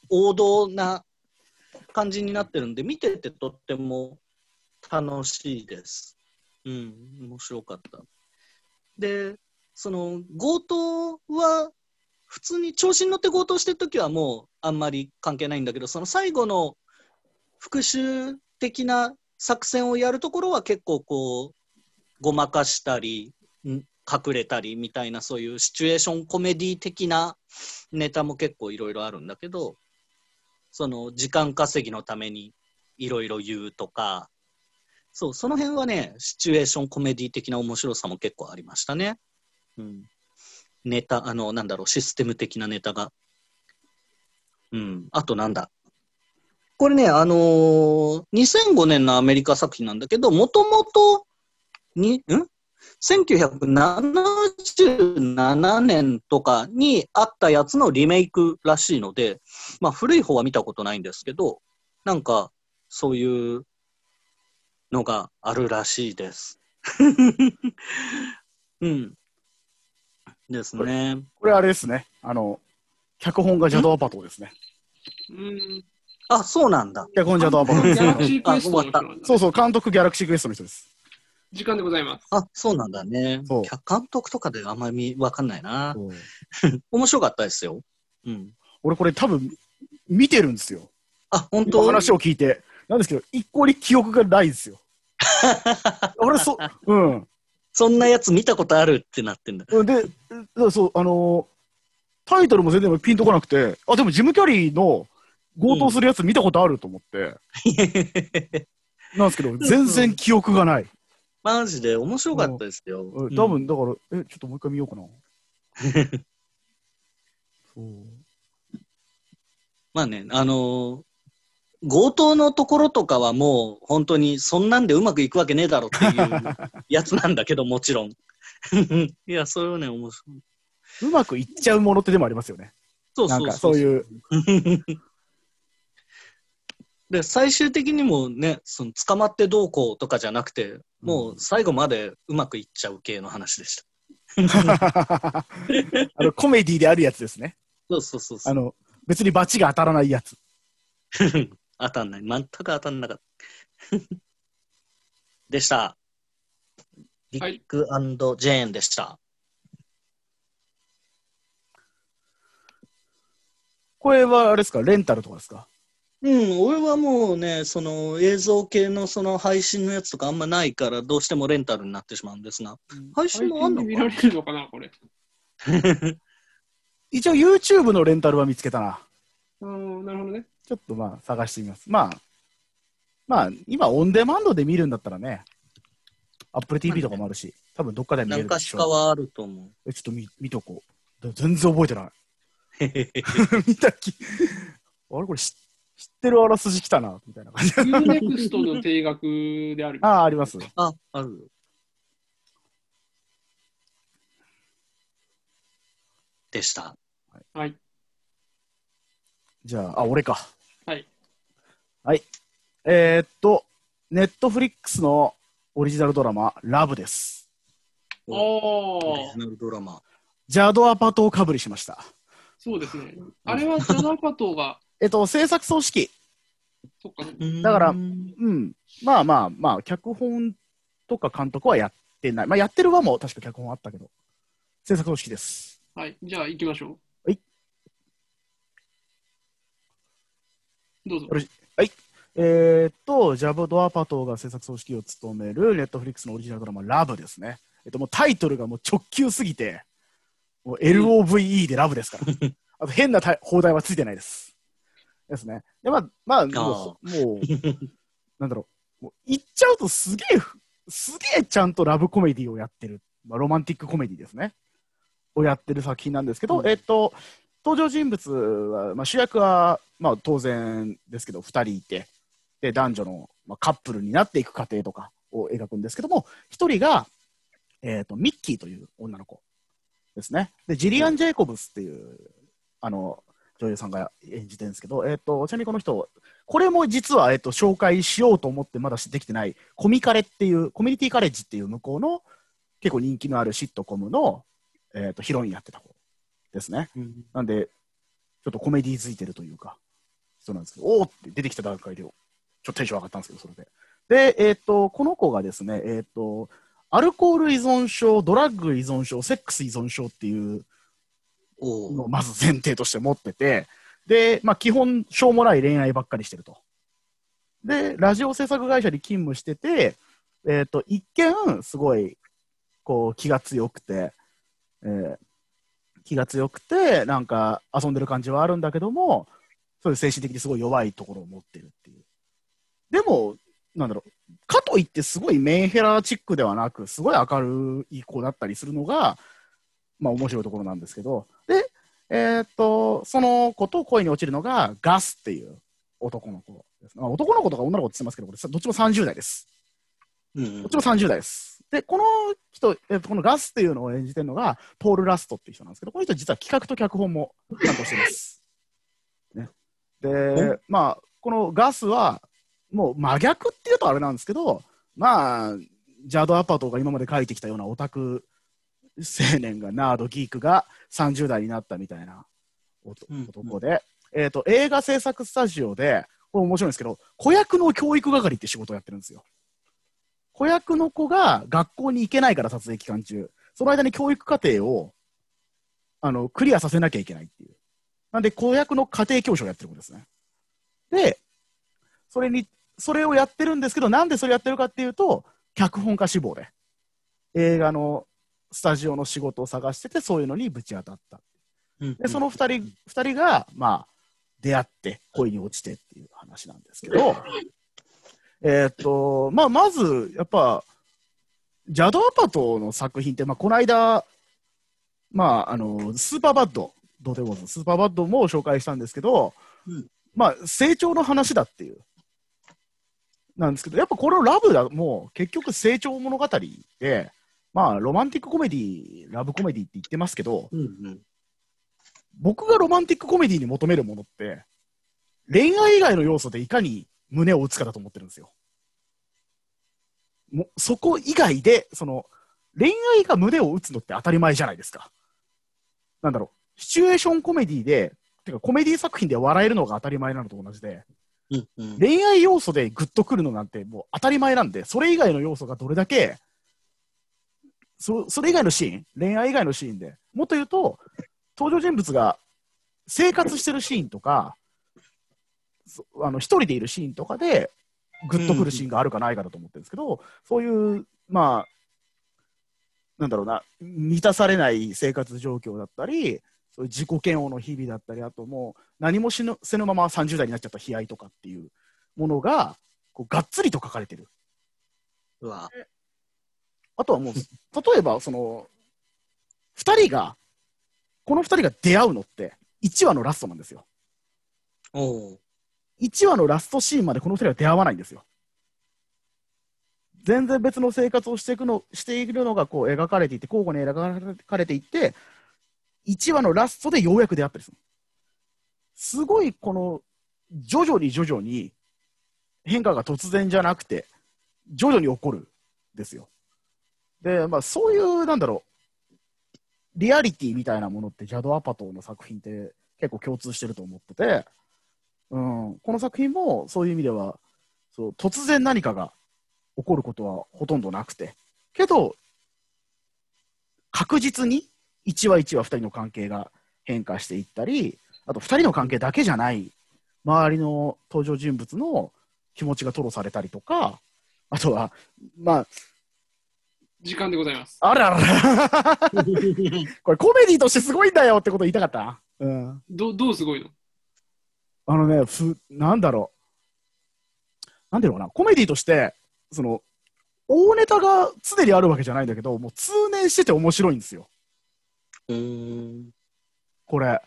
Speaker 3: 王道な感じになってるんで、見ててとっても楽しいです。うん、面白かった。で、その強盗は普通に調子に乗って強盗してる時はもうあんまり関係ないんだけど、その最後の復讐的な作戦をやるところは結構こう、ごまかしたり、ん隠れたりみたいなそういうシチュエーションコメディ的なネタも結構いろいろあるんだけど、その時間稼ぎのためにいろいろ言うとか、そう、その辺はね、シチュエーションコメディ的な面白さも結構ありましたね。うん。ネタ、あの、なんだろう、システム的なネタが。うん。あとなんだ。これね、あのー2005年のアメリカ作品なんだけど、もともと、に、ん ?1977 年とかにあったやつのリメイクらしいので、まあ古い方は見たことないんですけど、なんかそういうのがあるらし
Speaker 1: <laughs>
Speaker 3: いです。うん。ですね。
Speaker 1: これあれですね。あの、脚本がジャドアパトですね。
Speaker 2: うん
Speaker 3: あ、そうなんだ。
Speaker 1: 脚本ジャドアパト
Speaker 2: ギ
Speaker 1: で
Speaker 2: ャラク
Speaker 1: す。
Speaker 2: シークエストの人なんだね
Speaker 1: そうそう、監督ギャラクシークエストの人です。
Speaker 2: 時間でございます。
Speaker 3: あ、そうなんだね。
Speaker 1: そう
Speaker 3: 客監督とかであんまりわかんないな。
Speaker 1: そう
Speaker 3: 面白かったですよ。うん。
Speaker 1: 俺これ多分、見てるんですよ。
Speaker 3: あ、本
Speaker 1: 今
Speaker 3: 当
Speaker 1: 話を聞いて。なんですけど、一向に記憶がないん <laughs> ですよ。俺、そ、うん。
Speaker 3: そんなやつ見たことあるってなってんだ。
Speaker 1: うんで、うんそう、あのータイトルも全然ピンとこなくて、あ、でもジム・キャリーの強盗するやつ見たことあると思って、なんですけど、全然記憶がない。
Speaker 3: <laughs> マジで面白かったですよ。
Speaker 1: うん
Speaker 3: うん
Speaker 1: 多分、だから、え、ちょっともう一回見ようかな。
Speaker 3: <laughs> まあね、あのー強盗のところとかはもう本当にそんなんでうまくいくわけねえだろって
Speaker 1: <laughs>
Speaker 3: いうやつなんだけど、もちろん。 <laughs> いや、それはね、面白い。
Speaker 1: うまくいっちゃうものってでもありますよね。
Speaker 3: そう
Speaker 1: な
Speaker 3: そ
Speaker 1: ん
Speaker 3: う
Speaker 1: か
Speaker 3: そ
Speaker 1: そうういう。
Speaker 3: で最終的にもねその捕まってどうこうとかじゃなくてもう最後までうまくいっちゃう系の話でした。
Speaker 1: <laughs> あのコメディであるやつですね。
Speaker 3: そうそうそうそ
Speaker 1: あ
Speaker 3: う
Speaker 1: の別に罰が当たらないやつ。
Speaker 3: 当たんない全く当たんなかった <laughs> でしたビ
Speaker 2: は
Speaker 3: ッ
Speaker 2: い
Speaker 3: グジェーンでした、
Speaker 1: これはあれですか、レンタルとかですか。
Speaker 3: うん俺はもうねその映像系のその配信のやつとかあんまないからどうしてもレンタルになってしまうんですが配信もあんのか
Speaker 2: 配信で見られるのかな、これ。
Speaker 1: 一応 YouTube のレンタルは見つけたな。
Speaker 2: うん、なるほどね。
Speaker 1: ちょっとまあ探してみます。まあ、まあ今オンデマンドで見るんだったらね、Apple TV とかもあるし、多分どっかで見れ
Speaker 3: 何
Speaker 1: る
Speaker 3: か
Speaker 1: で
Speaker 3: し
Speaker 1: し
Speaker 3: か
Speaker 1: ょう。
Speaker 3: はあると思う <laughs>
Speaker 1: えちょっと見見とこう。でも全然覚えてない。 <laughs> 見たき。あれこれ知知ってるあらすじ来たな、みたいな感じ。 <laughs>
Speaker 2: UNEXT の定額である。
Speaker 1: ああ、あります。
Speaker 3: ああるでした
Speaker 2: はい。
Speaker 1: じゃあ、あ、俺か。
Speaker 2: はい。
Speaker 1: はい。えーっと、ネットフリックスのオリジナルドラマ、ラブです。
Speaker 2: あ
Speaker 3: オリ
Speaker 2: あ
Speaker 3: ジ、ナルドラマ
Speaker 1: ジャドアパトをかぶりしました。
Speaker 2: そうですね。あれはジャナパトが、 <laughs>
Speaker 1: えっと、制作組織。
Speaker 2: そっか、
Speaker 1: だから
Speaker 3: うん
Speaker 1: うん。まあまあまあ、脚本とか監督はやってない。まあ、やってるはもう確か脚本あったけど、制作組織です。
Speaker 2: はい。じゃあ行きましょう。
Speaker 1: はい。
Speaker 2: どうぞ
Speaker 1: よ。ろしえーっと、ジャブドアパトが制作組織を務めるネットフリックスのオリジナルドラマ、ラブですね。えっと、もうタイトルがもう直球すぎて、もう LOVE でラブですから。あと変なタイ放題はついてないです。ですね。で、まあ、まあ、もう、もうなんだろう、もう言っちゃうとすげえ、すげえちゃんとラブコメディをやってる、まあ、ロマンティックコメディですね。をやってる作品なんですけど、
Speaker 3: うん
Speaker 1: えっと、登場人物は、まあ、主役は、まあ、当然ですけど2人いてで男女の、まあ、カップルになっていく過程とかを描くんですけども1人が、えー、とミッキーという女の子ですねでジリアン・ジェイコブスっていうあの女優さんが演じてるんですけど、えー、とちなみにこの人これも実は、えー、と紹介しようと思ってまだできてないコミカレっていうコミュニティカレッジっていう向こうの結構人気のあるシットコムの、えー、とヒロインやってた子ですね。なんで、ちょっとコメディーづいてるというか、そうなんですけど、おーって出てきた段階で、ちょっとテンション上がったんですけど、それで。で、えっ、と、この子がですね、えっ、と、アルコール依存症、ドラッグ依存症、セックス依存症っていう
Speaker 3: おう
Speaker 1: のをまず前提として持ってて、で、まあ、基本、しょうもない恋愛ばっかりしてると。で、ラジオ制作会社に勤務してて、えっ、と、一見、すごい、こう、気が強くて、えー気が強くて、なんか、遊んでる感じはあるんだけども、そういう精神的にすごい弱いところを持ってるっていう。でも、なんだろう、かといってすごいメンヘラチックではなく、すごい明るい子だったりするのが、まあ面白いところなんですけど、で、えーっと、その子と恋に落ちるのがガスっていう男の子です。まあ、男の子とか女の子って言ってますけど、これさどっちも30代です。
Speaker 3: うん
Speaker 1: こっちも30代です。で、この人、えこのガスっていうのを演じてるのが、ポール・ラストっていう人なんですけど、この人、実は企画と脚本も担当してます。ね、で、まあ、このガスは、もう真逆っていうとあれなんですけど、まあ、ジャード・アパトが今まで書いてきたようなオタク青年が、ナード、ギークが30代になったみたいな男
Speaker 3: うん
Speaker 1: 男で、えーと、映画制作スタジオで、これ面白いんですけど、子役の教育係って仕事をやってるんですよ。子役の子が学校に行けないから撮影期間中その間に教育課程をあのクリアさせなきゃいけないっていうなんで子役の家庭教師をやってる子ですねでそれにそれをやってるんですけどなんでそれやってるかっていうと脚本家志望で映画のスタジオの仕事を探しててそういうのにぶち当たったでその2人 ,2 人が、まあ、出会って恋に落ちてっていう話なんですけ
Speaker 3: <laughs>
Speaker 1: ど、えーっとまあ、まずやっぱジャド・アパトの作品って、まあ、この間まあ、あの、スーパーバッド、どうでございます。スーパーバッドも紹介したんですけど、
Speaker 3: うん
Speaker 1: まあ、成長の話だっていう。なんですけど、やっぱこのラブだ、もう結局成長物語で、まあ、ロマンティックコメディ、ラブコメディって言ってますけど、
Speaker 3: うんうん
Speaker 1: 僕がロマンティックコメディに求めるものって、恋愛以外の要素でいかに胸を打つかだと思ってるんですよ。もうそこ以外で、その、恋愛が胸を打つのって当たり前じゃないですか。なんだろう、シチュエーションコメディで、てかコメディ作品で笑えるのが当たり前なのと同じで、
Speaker 3: うんうん
Speaker 1: 恋愛要素でグッとくるのなんてもう当たり前なんで、それ以外の要素がどれだけ、そそれ以外のシーン、恋愛以外のシーンで、もっと言うと、登場人物が生活してるシーンとか、そあの一人でいるシーンとかで、グッとくるシーンがあるかないかだと思ってるんですけど、そういう、まあ、なんだろうな、満たされない生活状況だったり、そういう自己嫌悪の日々だったり、あともう、何もしのせぬまま30代になっちゃった悲哀とかっていうものが、こうがっつりと書かれてる。
Speaker 3: うわ
Speaker 1: あとはもう、例えば、その、2人が、この2人が出会うのって、1話のラストなんですよ。 <laughs>
Speaker 3: おう
Speaker 1: 1話のラストシーンまでこの2人は出会わないんですよ。全然別の生活をしていくのしているのがこう描かれていて、交互に描かれていって、1話のラストでようやく出会ったりする。すごいこの、徐々に徐々に変化が突然じゃなくて、徐々に起こるんですよ。で、まあそういう、なんだろう、リアリティみたいなものって、ジャド・アパトーの作品って結構共通してると思ってて、うん、この作品もそういう意味ではそう突然何かが起こることはほとんどなくてけど確実に1話1話2人の関係が変化していったりあと2人の関係だけじゃない周りの登場人物の気持ちが吐露されたりとかあとはまあ
Speaker 2: 時間でございます。
Speaker 1: あららこれコメディとしてすごいんだよってこと言いたかったなうん
Speaker 2: どどうすごいの
Speaker 1: あのね、ふなんだろう。なんていうのかな、コメディとして、その、大ネタが常にあるわけじゃないんだけど、もう通年してて面白いんですよ、
Speaker 3: うーん
Speaker 1: これ。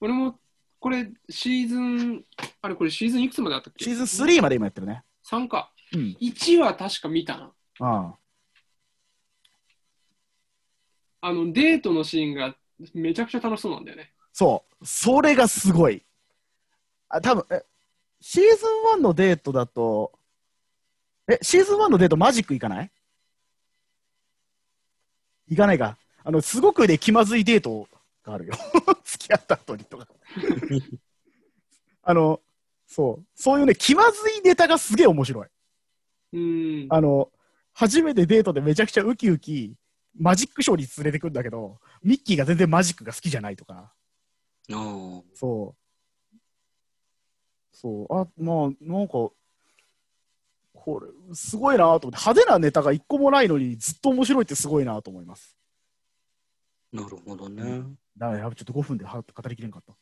Speaker 2: 俺も、これ、シーズン、あれ、これシーズンいくつまであったっけ
Speaker 1: シーズン3まで今やってるね。
Speaker 2: 3か。
Speaker 1: うん。
Speaker 2: 1は確か見たな。
Speaker 1: ああ
Speaker 2: あの、デートのシーンがめちゃくちゃ楽しそうなんだよね。
Speaker 1: そう。それがすごい。あ、多分え、シーズン1のデートだと、え、シーズン1のデートマジック行かない行かないか。あの、すごくね、気まずいデートがあるよ。 <laughs> 付き合った後にとか。あの、そう。そういうね、気まずいネタがすげえ面白い。
Speaker 2: うーん。
Speaker 1: あの、初めてデートでめちゃくちゃウキウキ、マジックショーに連れてくんだけど、ミッキーが全然マジックが好きじゃないとか。
Speaker 3: おう
Speaker 1: そう。そう。あ、まあ、なんか、これ、すごいなと思って、派手なネタが一個もないのに、ずっと面白いってすごいなと思います。
Speaker 3: なるほどね。
Speaker 1: だから、やべちょっと5分では語りきれんかった。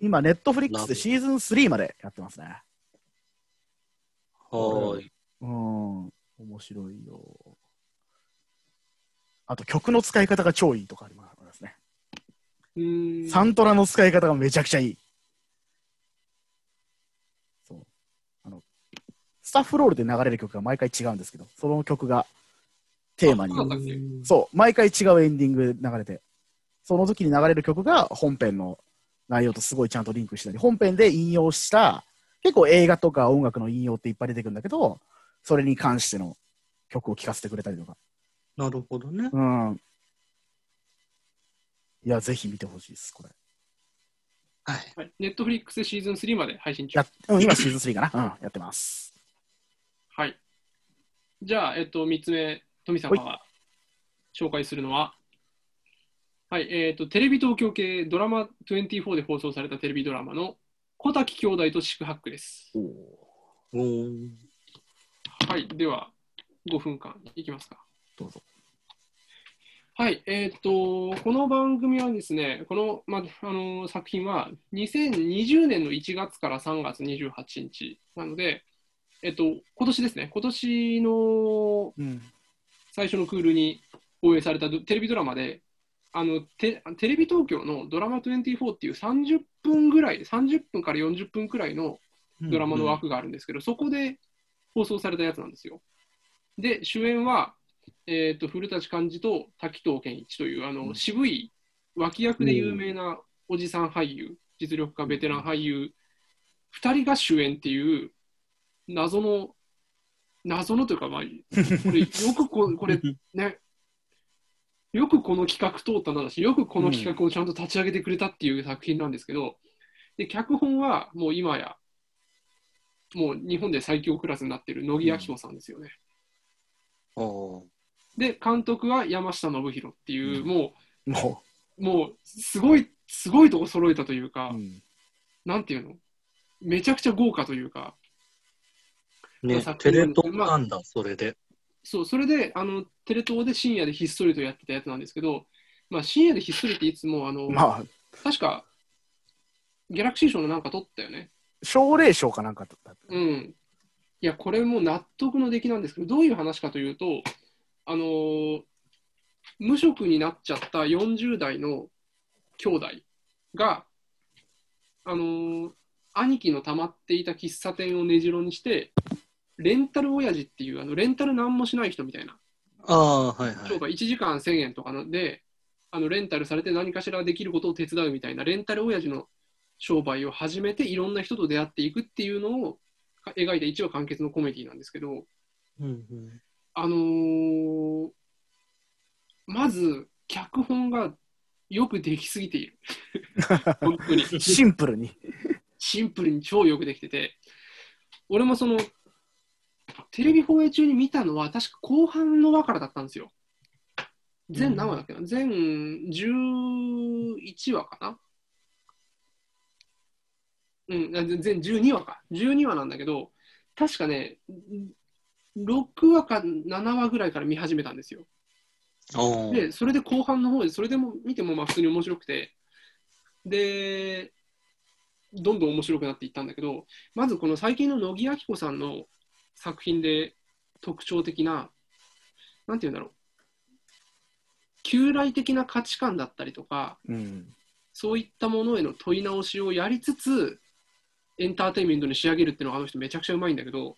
Speaker 1: 今、ネットフリックスでシーズン3までやってますね。
Speaker 3: <laughs> はーい。
Speaker 1: うん。面白いよ。あと、曲の使い方が超いいとかありますね。
Speaker 2: うーん
Speaker 1: サントラの使い方がめちゃくちゃいい。そう。あの、スタッフロールで流れる曲が毎回違うんですけど、その曲がテーマに
Speaker 2: あ。そうだっけ
Speaker 1: そう、毎回違うエンディングで流れて、その時に流れる曲が本編の内容とすごいちゃんとリンクしてたり、本編で引用した、結構映画とか音楽の引用っていっぱい出てくるんだけど、それに関しての曲を聴かせてくれたりとか。
Speaker 3: なるほどね。
Speaker 1: うん。いや、ぜひ見てほしいです、これ。
Speaker 3: はい。
Speaker 2: はいネットフリックスでシーズン3まで配信中
Speaker 1: や。うん今シーズン3かな、うん、やってます。
Speaker 2: はい。じゃあ、えっと、3つ目、富坂が紹介するのは、はい、えっと、テレビ東京系ドラマ24で放送されたテレビドラマの、小滝兄弟と宿泊です。
Speaker 3: おー
Speaker 2: はい、では、5分間いきますか。
Speaker 1: どうぞ。
Speaker 2: はい、えっ、と、この番組はですね、この、まあの作品は、2020年の1月から3月28日なので、えっ、と、今年ですね、今年の
Speaker 1: うん。
Speaker 2: 最初のクールに放映されたドテレビドラマで、あのテテレビ東京のドラマ24っていう30分ぐらい、30分から40分くらいのドラマの枠があるんですけど、そこで放送されたやつなんですよ。で、主演は、えー、と古舘寛治と滝藤賢一というあの、
Speaker 1: うん
Speaker 2: 渋い脇役で有名なおじさん俳優、実力家ベテラン俳優、2人が主演っていう謎の、謎のというか、まあ、こ
Speaker 1: <laughs>
Speaker 2: れよくここれね、よくこの企画通ったなだし、よくこの企画をちゃんと立ち上げてくれたっていう作品なんですけど、で脚本はもう今や、もう日本で最強クラスになってる乃木明子さんですよね。
Speaker 3: おー
Speaker 2: で、監督は山下信弘っていう、
Speaker 1: うん
Speaker 2: も
Speaker 1: も
Speaker 2: う、もう、すごい、すごいとこ揃えたというか、
Speaker 1: う、うん
Speaker 2: なんていうのめちゃくちゃ豪華というか、
Speaker 3: ね、テレ東なんだ、それで。
Speaker 2: そう、それで、あの、テレ東で深夜でひっそりとやってたやつなんですけど、まあ、深夜でひっそりっていつも、あの、
Speaker 1: まあ、
Speaker 2: 確か、ギャラクシー賞のなんか取ったよね。
Speaker 1: 奨励賞かなんかだった。
Speaker 2: うん。いや、これも納得の出来なんですけど、どういう話かというと、あのー無職になっちゃった40代の兄弟が、あのー兄貴の溜まっていた喫茶店を根城にして、レンタル親父っていう、あのレンタルなんもしない人みたいな
Speaker 3: ああー、はいは
Speaker 2: 商
Speaker 3: い。
Speaker 2: 売1時間1000円とかので、あのレンタルされて何かしらできることを手伝うみたいな、レンタル親父の商売を始めて、いろんな人と出会っていくっていうのをか描いた一話完結のコメディなんですけど、
Speaker 3: うんうん
Speaker 2: あのーまず、脚本がよくできすぎている。本当に。
Speaker 1: シンプルに。
Speaker 2: シンプルに超よくできてて、俺もその、テレビ放映中に見たのは、確か後半の話からだったんですよ。全何話だっけな、全11話かな。うん、あ全全12話か。12話なんだけど、確かね、6話か7話ぐらいから見始めたんですよ。
Speaker 3: おー
Speaker 2: で、それで後半の方で、それでも見てもまあ普通に面白くて、で、どんどん面白くなっていったんだけど、まずこの最近の乃木明子さんの作品で特徴的な、なんて言うんだろう、旧来的な価値観だったりとか、
Speaker 1: うん。
Speaker 2: そういったものへの問い直しをやりつつ、エンターテインメントに仕上げるっていうのがあの人めちゃくちゃうまいんだけど、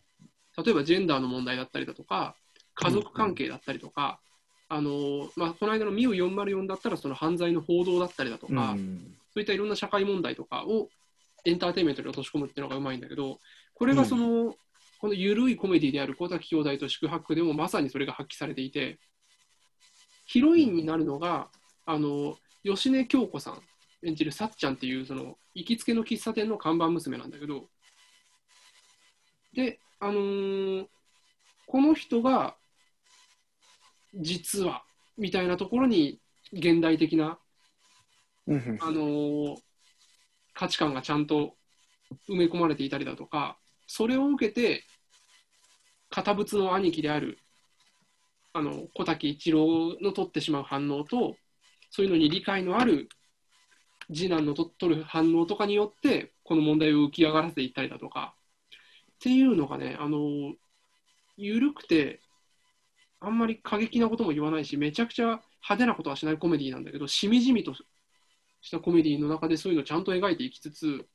Speaker 2: 例えばジェンダーの問題だったりだとか、家族関係だったりとか、あのまあ、この間のミュー404だったらその犯罪の報道だったりだとか、
Speaker 1: うん。
Speaker 2: そういったいろんな社会問題とかをエンターテインメントに落とし込むっていうのがうまいんだけど、これがその、この緩いコメディである小滝兄弟と宿泊でもまさにそれが発揮されていて、ヒロインになるのが、あの、芳根京子さん演じるさっちゃんっていう、その、行きつけの喫茶店の看板娘なんだけど、で、あのーこの人が、実は、みたいなところに、現代的な
Speaker 1: うん
Speaker 2: あのー価値観がちゃんと埋め込まれていたりだとか、それを受けて、堅物の兄貴である、あの小滝一郎の取ってしまう反応と、そういうのに理解のある次男のと取る反応とかによって、この問題を浮き上がらせていったりだとか、っていうのがね、あのー緩くて、あんまり過激なことも言わないし、めちゃくちゃ派手なことはしないコメディなんだけど、しみじみとしたコメディの中でそういうのをちゃんと描いていきつつ、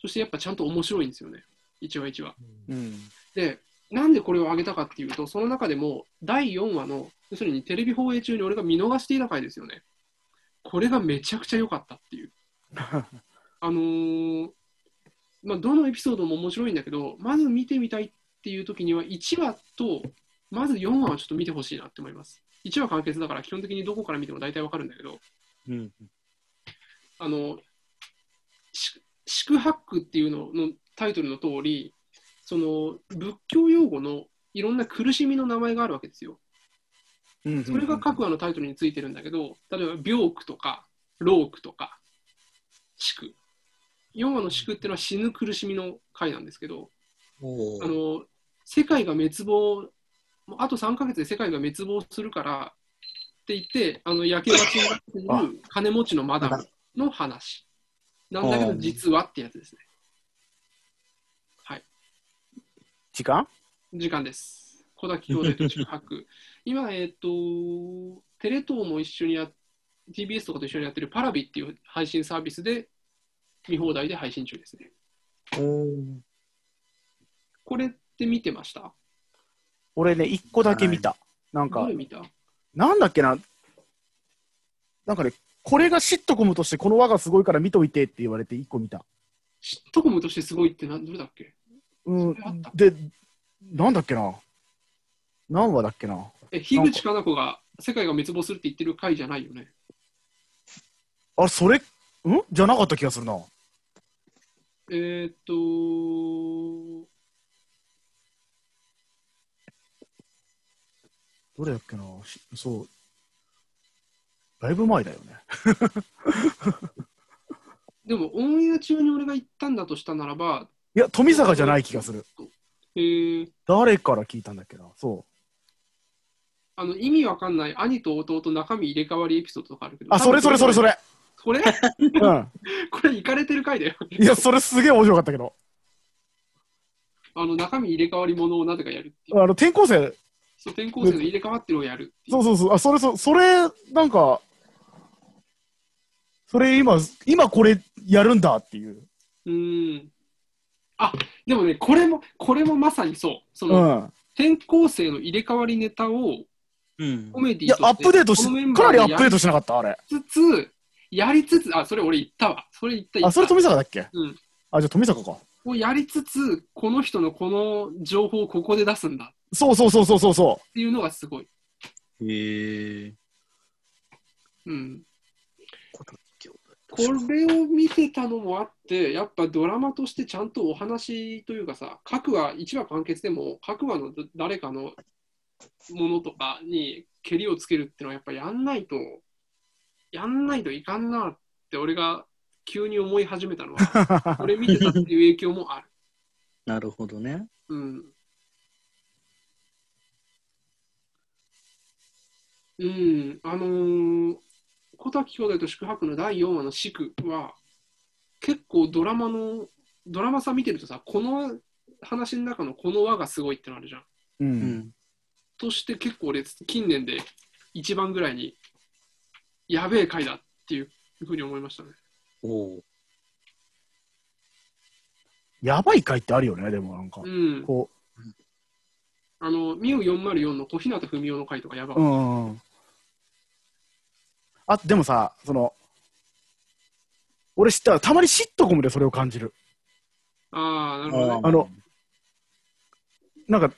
Speaker 2: そしてやっぱちゃんと面白いんですよね、一話一話。
Speaker 1: うん。
Speaker 2: で、なんでこれを上げたかっていうと、その中でも第4話の、要するにテレビ放映中に俺が見逃していた回ですよね。これがめちゃくちゃ良かったっ
Speaker 1: <laughs>
Speaker 2: ていう。あのーまあ、どのエピソードも面白いんだけど、まず見てみたいっていう時には、1話と、まず4話はちょっと見てほしいなって思います。1話完結だから、基本的にどこから見ても大体わかるんだけど、
Speaker 1: うん。
Speaker 2: あの、し宿泊っていうののタイトルの通り、その仏教用語のいろんな苦しみの名前があるわけですよ。
Speaker 1: うん。
Speaker 2: それが各話のタイトルについてるんだけど、例えば病苦とか、老苦とか、死苦。4話の死苦っていうのは死ぬ苦しみの回なんですけど、
Speaker 3: お
Speaker 2: あ
Speaker 3: ー
Speaker 2: の世界が滅亡、もうあと3ヶ月で世界が滅亡するからって言って、あの焼け落ちになっている金持ちのマダムの話なんだけ
Speaker 1: う
Speaker 2: ど、
Speaker 1: ん
Speaker 2: 実はってやつですね。
Speaker 1: 時間
Speaker 2: 時間です。小滝兄弟と宿泊。今、えっ、と、テレ東も一緒にやっ TBS とかと一緒にやってるパラビっていう配信サービスで見放題で配信中ですね。これって見てました
Speaker 1: 俺ね、一個だけ見た。なん
Speaker 2: ど
Speaker 1: か
Speaker 2: れ、見た
Speaker 1: なんだっけな、なんかね、これがシットコムとしてこの輪がすごいから見といてって言われて一個見た。
Speaker 2: シットコムとしてすごいってなどれだっけ
Speaker 1: う
Speaker 2: それあっ
Speaker 1: ん
Speaker 2: た、
Speaker 1: で、なんだっけな、何話だっけな、
Speaker 2: え、樋口かな子が世界が滅亡するって言ってる回じゃないよね。
Speaker 1: あ、それ、んじゃなかった気がするな。
Speaker 2: えーっと、
Speaker 1: どれだっけな、しそう、だいぶ前だよね。
Speaker 2: でもオンエア中に俺が行ったんだとしたならば、
Speaker 1: いや、富坂じゃない気がする。。
Speaker 2: えー、
Speaker 1: 誰から聞いたんだっけな、そう。
Speaker 2: あの意味わかんない兄と弟中身入れ替わりエピソードとかあるけど。
Speaker 1: あ、それそれそれそれ。
Speaker 2: これ、 <laughs>
Speaker 1: うん。
Speaker 2: これ、いかれてる回だよ。 <laughs>
Speaker 1: いや、それすげえ面白かったけど。
Speaker 2: あの中身入れ替わりものをなぜかやるっていう。
Speaker 1: あの、転校生、
Speaker 2: そう転校生の入れ替わってるをやるってい
Speaker 1: そ
Speaker 2: う
Speaker 1: うそうそう、あ、それ、そそれ、なんか、それ今、今これやるんだっていう。
Speaker 2: うーん。あでもね、これも、これもまさにそう。そうの、
Speaker 1: ん。
Speaker 2: 転校生の入れ替わりネタを
Speaker 3: うん
Speaker 2: コメデ
Speaker 1: い
Speaker 2: ィ
Speaker 1: や、
Speaker 2: として
Speaker 1: アップデートし
Speaker 2: このメン、バ
Speaker 1: かなりア
Speaker 2: ーで
Speaker 1: ップデートしなかった、あれ。
Speaker 2: やりつつ、やりつつ、あ、それ俺言ったわ。それ言った言った。
Speaker 1: あ、それ富坂だっけ
Speaker 2: うん。
Speaker 1: あ、じゃあ富坂か。
Speaker 2: をやりつつ、この人のこの情報をここで出すんだ
Speaker 1: そうそうそうそうそうそ
Speaker 2: っていうのがすごい。
Speaker 3: へえ。
Speaker 2: うん。これを見てたのもあって、やっぱドラマとしてちゃんとお話というかさ、各話、1話完結でも、各話のど誰かのものとかにけりをつけるってのは、やっぱやんないと、やんないといかんなって、俺が急に思い始めた
Speaker 1: <laughs>
Speaker 2: のは、これ見てたっていう影響もある。
Speaker 3: なるほどね。
Speaker 2: うん。うん、あのー小滝兄弟と宿泊の第4話の宿は、結構ドラマの、ドラマさ見てるとさ、この話の中のこの輪がすごいってのあるじゃん。
Speaker 1: う。う。
Speaker 3: うんん。
Speaker 2: として結構俺、近年で一番ぐらいに、やべえ回だっていうふうに思いましたね。
Speaker 3: おお。
Speaker 1: やばい回ってあるよね、でもなんか
Speaker 2: う。ん。
Speaker 1: こ
Speaker 2: あの、ミュー404の小日向文雄の回とかやば
Speaker 1: う。
Speaker 2: か
Speaker 1: う
Speaker 2: っ
Speaker 1: んうん。あ、でもさ、その、俺知った、たまにシットコムでそれを感じる。
Speaker 2: た。ああ、なるほどね。
Speaker 1: あの、なんか、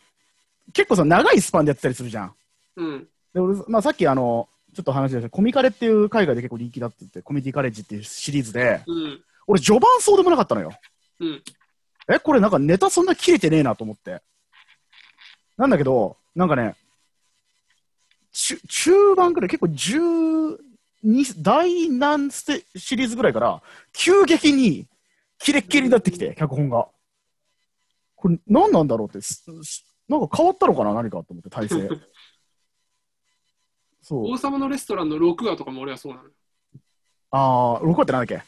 Speaker 1: 結構さ、長いスパンでやってたりするじゃん。
Speaker 2: うん。
Speaker 1: で俺まあ、さっきあの、ちょっと話しましたコミカレっていう海外で結構人気だって言って、コミュニティカレッジっていうシリーズで、
Speaker 2: うん。
Speaker 1: 俺、序盤そうでもなかったのよ。
Speaker 2: うん
Speaker 1: え、これなんかネタそんな切れてねえなと思って。なんだけど、なんかね、中中盤くらい、結構12、第何ステシリーズぐらいから、急激にキレッキレになってきて、脚本が。これ何なんだろうって、すすなんか変わったのかな、何かと思って、体勢。そう
Speaker 2: 王。様のレストランの6話とかも俺はそうなの。
Speaker 1: ああ、6話ってなんだっけ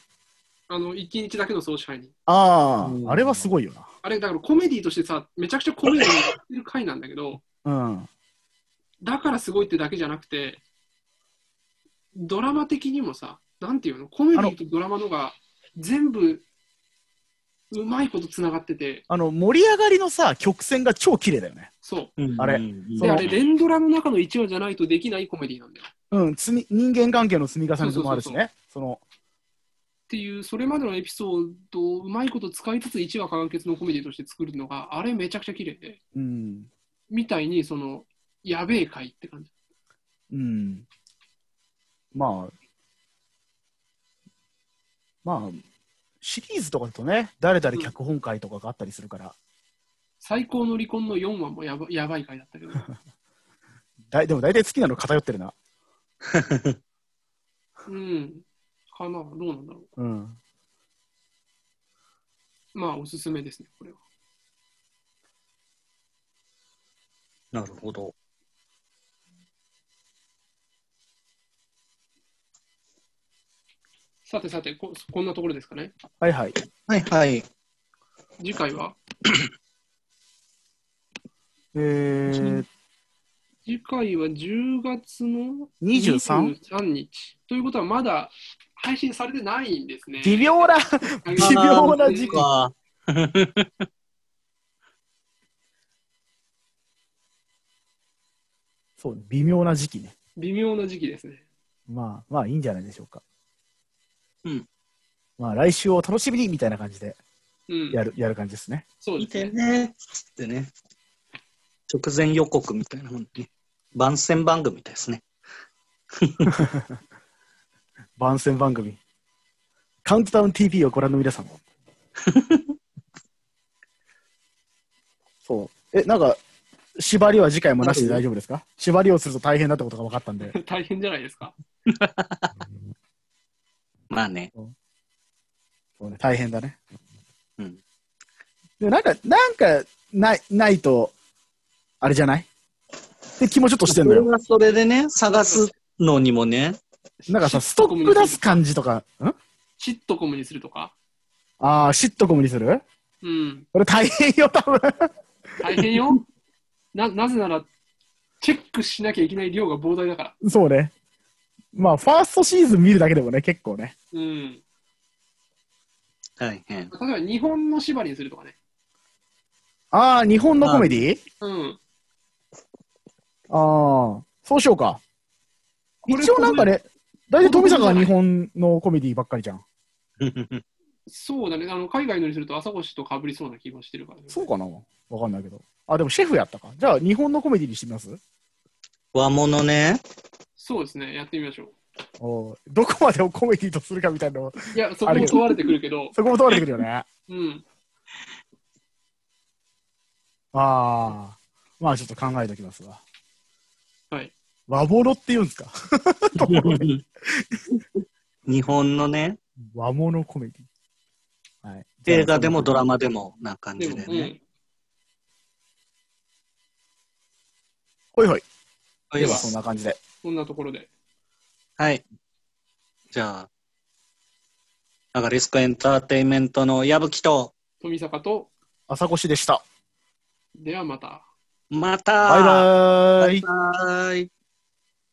Speaker 2: あの、1日だけの総支配人。
Speaker 1: ああ、
Speaker 3: うん
Speaker 1: あれはすごいよ
Speaker 2: あれ、だからコメディとしてさ、めちゃくちゃコメディにやってる回なんだけど、
Speaker 1: な。うん。
Speaker 2: だからすごいってだけじゃなくて、ドラマ的にもさ、なんていうの、コメディとドラマのが全部うまいことつながってて、
Speaker 1: あの、盛り上がりのさ、曲線が超綺麗だよね。
Speaker 2: そ
Speaker 1: あれ
Speaker 2: う。
Speaker 1: そ
Speaker 2: で、
Speaker 1: の
Speaker 2: あれ、連ドラの中の1話じゃないとできないコメディなんだよ。っ
Speaker 1: うん、積み人間関係の積み重ねでもあるしね。その、
Speaker 2: ていう、それまでのエピソードをうまいこと使いつつ1話完結のコメディとして作るのが、あれめちゃくちゃ綺麗で、
Speaker 1: うん、
Speaker 2: みたいに、その、やべえ回って感じ。
Speaker 1: うん。まあ、まあ、シリーズとかだとね、誰々脚本会とかがあったりするから、
Speaker 2: 最高の離婚の4話もやばやばい回だった
Speaker 1: <laughs>
Speaker 2: けど、
Speaker 1: だいでも大体好きなの偏ってるな。
Speaker 2: うん、かな、どうなんだろ
Speaker 1: うん。
Speaker 2: う。まあ、おすすめですね、これは。
Speaker 3: なるほど。
Speaker 2: さてさてこ、こんなところですかね。
Speaker 1: はいはい。
Speaker 3: はいはい。
Speaker 2: 次回は、
Speaker 1: えー、
Speaker 2: 次回は10月の
Speaker 1: 23?
Speaker 2: 23日。ということは、まだ配信されてないんですね。
Speaker 1: 微妙な、
Speaker 2: 微
Speaker 1: 微妙な時
Speaker 3: そっ
Speaker 1: 間。
Speaker 3: か。
Speaker 1: <laughs> そう、微妙な時期ね。
Speaker 2: 微妙な時期ですね。
Speaker 1: まあ、まあいいんじゃないでしょうか。
Speaker 3: うん。
Speaker 1: まあ来週を楽しみにみたいな感じで
Speaker 2: うん。
Speaker 1: やる、やる感じですね。
Speaker 2: そう
Speaker 3: 見
Speaker 2: です
Speaker 3: て
Speaker 2: ね。
Speaker 3: ね。つってね。直前予告みたいなもんね。番宣番組みたいですね。
Speaker 1: 番宣番組。カウントダウン TV をご覧の皆さんも。 <laughs> そう。え、なんか、縛りは次回もなしで大丈夫ですか縛りをすると大変だってことが分かったんで。
Speaker 2: <laughs> 大変じゃないですか。
Speaker 3: まあね。
Speaker 1: そうね、大変だね。
Speaker 3: うん。
Speaker 1: でもなんか、なんか、ない、ないと、あれじゃないって気もちょっとしてんだ
Speaker 3: そ
Speaker 1: よ。
Speaker 3: れはそれでね、探すのにもね、
Speaker 1: なんかさ、ストック出す感じとか、ん
Speaker 2: シットコムにするとか。
Speaker 1: ああ、シットコムにする
Speaker 2: うん。
Speaker 1: これ大変よ、多分。
Speaker 2: 大変よ。な、なぜなら、チェックしなきゃいけない量が膨大だから。
Speaker 1: そうね。まあ、ファーストシーズン見るだけでもね、結構ね。
Speaker 2: うん。
Speaker 3: 大変。
Speaker 2: 例えば、日本の縛りにするとかね。
Speaker 1: ああ、日本のコメディ
Speaker 2: うん。
Speaker 1: ああ、そうしようか。一応なんかね、大体富坂は日本のコメディばっかりじゃん。
Speaker 2: そうだね。あの、海外のにすると朝越と被りそうな気もしてるからね。
Speaker 1: そうかなわかんないけど。あ、でもシェフやったか。じゃあ、日本のコメディにしてみます
Speaker 3: <laughs> 和物ね。
Speaker 2: そうですね。やってみましょう。
Speaker 1: おうどこまでをコメディとするかみたいなの、
Speaker 2: いや、そこも問われてくるけど、
Speaker 1: そこも問われてくるよね。
Speaker 2: <laughs> うん。
Speaker 1: ああ、まあちょっと考えておきますわ。
Speaker 2: はい。
Speaker 1: 和物って言うんですか
Speaker 3: <laughs> 日本のね、
Speaker 1: 和物コメディ。はい、
Speaker 3: 映画でもドラ
Speaker 1: マ。
Speaker 3: マでもな感
Speaker 2: で
Speaker 3: じ
Speaker 2: も、
Speaker 3: で
Speaker 2: う
Speaker 3: ね。
Speaker 2: ん。
Speaker 1: ほいほい。
Speaker 3: は
Speaker 1: で
Speaker 3: い
Speaker 1: は、そんな感じで。
Speaker 2: そんなところで。
Speaker 3: はい。じゃあ、アガリスクエンターテインメントの矢吹と、
Speaker 2: 富坂と、
Speaker 1: 朝越でした。
Speaker 2: ではまた。
Speaker 3: また
Speaker 1: バイバーイ。
Speaker 3: バイバイ